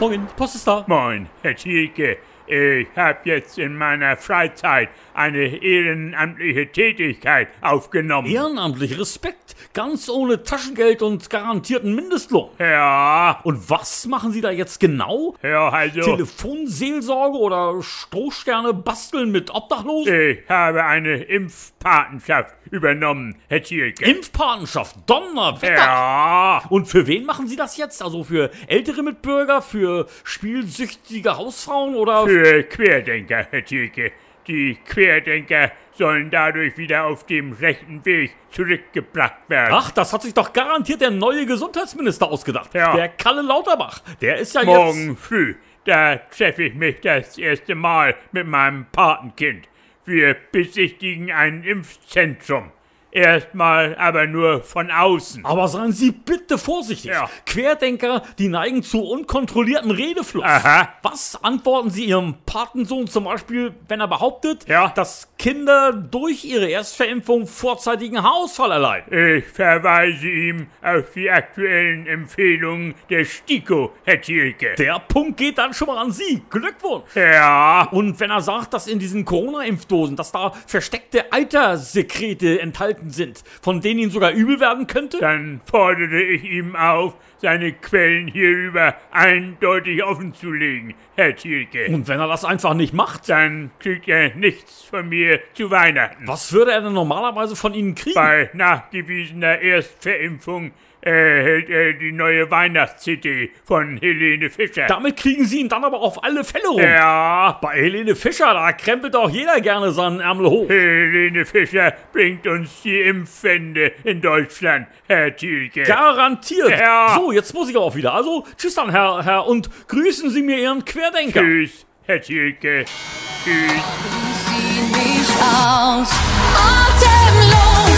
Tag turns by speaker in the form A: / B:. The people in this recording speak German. A: Moin, Post ist da.
B: Moin, Herr Thielke. Ich habe jetzt in meiner Freizeit eine ehrenamtliche Tätigkeit aufgenommen.
A: Ehrenamtlich, Respekt. Ganz ohne Taschengeld und garantierten Mindestlohn.
B: Ja,
A: Und was machen Sie da jetzt genau?
B: ja, also.
A: Telefonseelsorge oder Strohsterne basteln mit Obdachlosen?
B: ich habe eine Impfpatenschaft übernommen, Herr Thielke.
A: Impfpatenschaft, Donnerwetter.
B: ja,
A: Und für wen machen Sie das jetzt? Also für ältere Mitbürger, für spielsüchtige Hausfrauen oder
B: für Querdenker, Herr Thielke. Die Querdenker sollen dadurch wieder auf dem rechten Weg zurückgebracht werden.
A: Ach, das hat sich doch garantiert der neue Gesundheitsminister ausgedacht.
B: Ja.
A: Der Kalle Lauterbach. Der ist Ah, ja jetzt.
B: Morgen früh, da treffe ich mich das erste Mal mit meinem Patenkind. Wir besichtigen ein Impfzentrum. Erstmal aber nur von außen.
A: Aber seien Sie bitte vorsichtig.
B: Ja.
A: Querdenker, die neigen zu unkontrolliertem Redefluss.
B: Aha.
A: Was antworten Sie Ihrem Patensohn zum Beispiel, wenn er behauptet,
B: Ja.
A: dass Kinder durch ihre Erstverimpfung vorzeitigen Haarausfall erleiden?
B: Ich verweise ihm auf die aktuellen Empfehlungen der STIKO, Herr Thielke.
A: Der Punkt geht dann schon mal an Sie. Glückwunsch.
B: Ja,
A: Und wenn er sagt, dass in diesen Corona-Impfdosen, dass da versteckte Eitersekrete enthalten sind, von denen ihnen sogar übel werden könnte?
B: dann fordere ich ihm auf, seine Quellen hierüber eindeutig offenzulegen, Herr Thielke.
A: Und wenn er das einfach nicht macht,
B: Dann kriegt er nichts von mir zu Weihnachten.
A: was würde er denn normalerweise von ihnen kriegen?
B: Bei nachgewiesener Erstverimpfung erhält äh, er die neue Weihnachts-CD von Helene Fischer.
A: Damit kriegen sie ihn dann aber auf alle Fälle rum.
B: ja,
A: Bei Helene Fischer, da krempelt auch jeder gerne seinen Ärmel hoch.
B: Helene Fischer bringt uns die Impfwende in Deutschland, Herr Thielke.
A: Garantiert.
B: Ja.
A: So, jetzt muss ich aber auch wieder. Also, tschüss dann, Herr, Herr, und grüßen Sie mir Ihren Querdenker.
B: Tschüss, Herr Thielke. Tschüss.
C: sieh mich aus, atemlos.